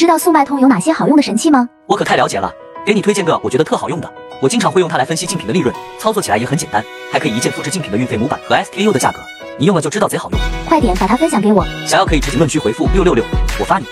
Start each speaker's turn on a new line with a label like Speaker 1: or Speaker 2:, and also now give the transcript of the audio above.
Speaker 1: 知道速卖通有哪些好用的神器吗？
Speaker 2: 我可太了解了，给你推荐个我觉得特好用的，我经常会用它来分析竞品的利润，操作起来也很简单，还可以一键复制竞品的运费模板和 SKU 的价格，你用了就知道贼好用。
Speaker 1: 快点把它分享给我。
Speaker 2: 想要可以直接论区回复六六六，我发你。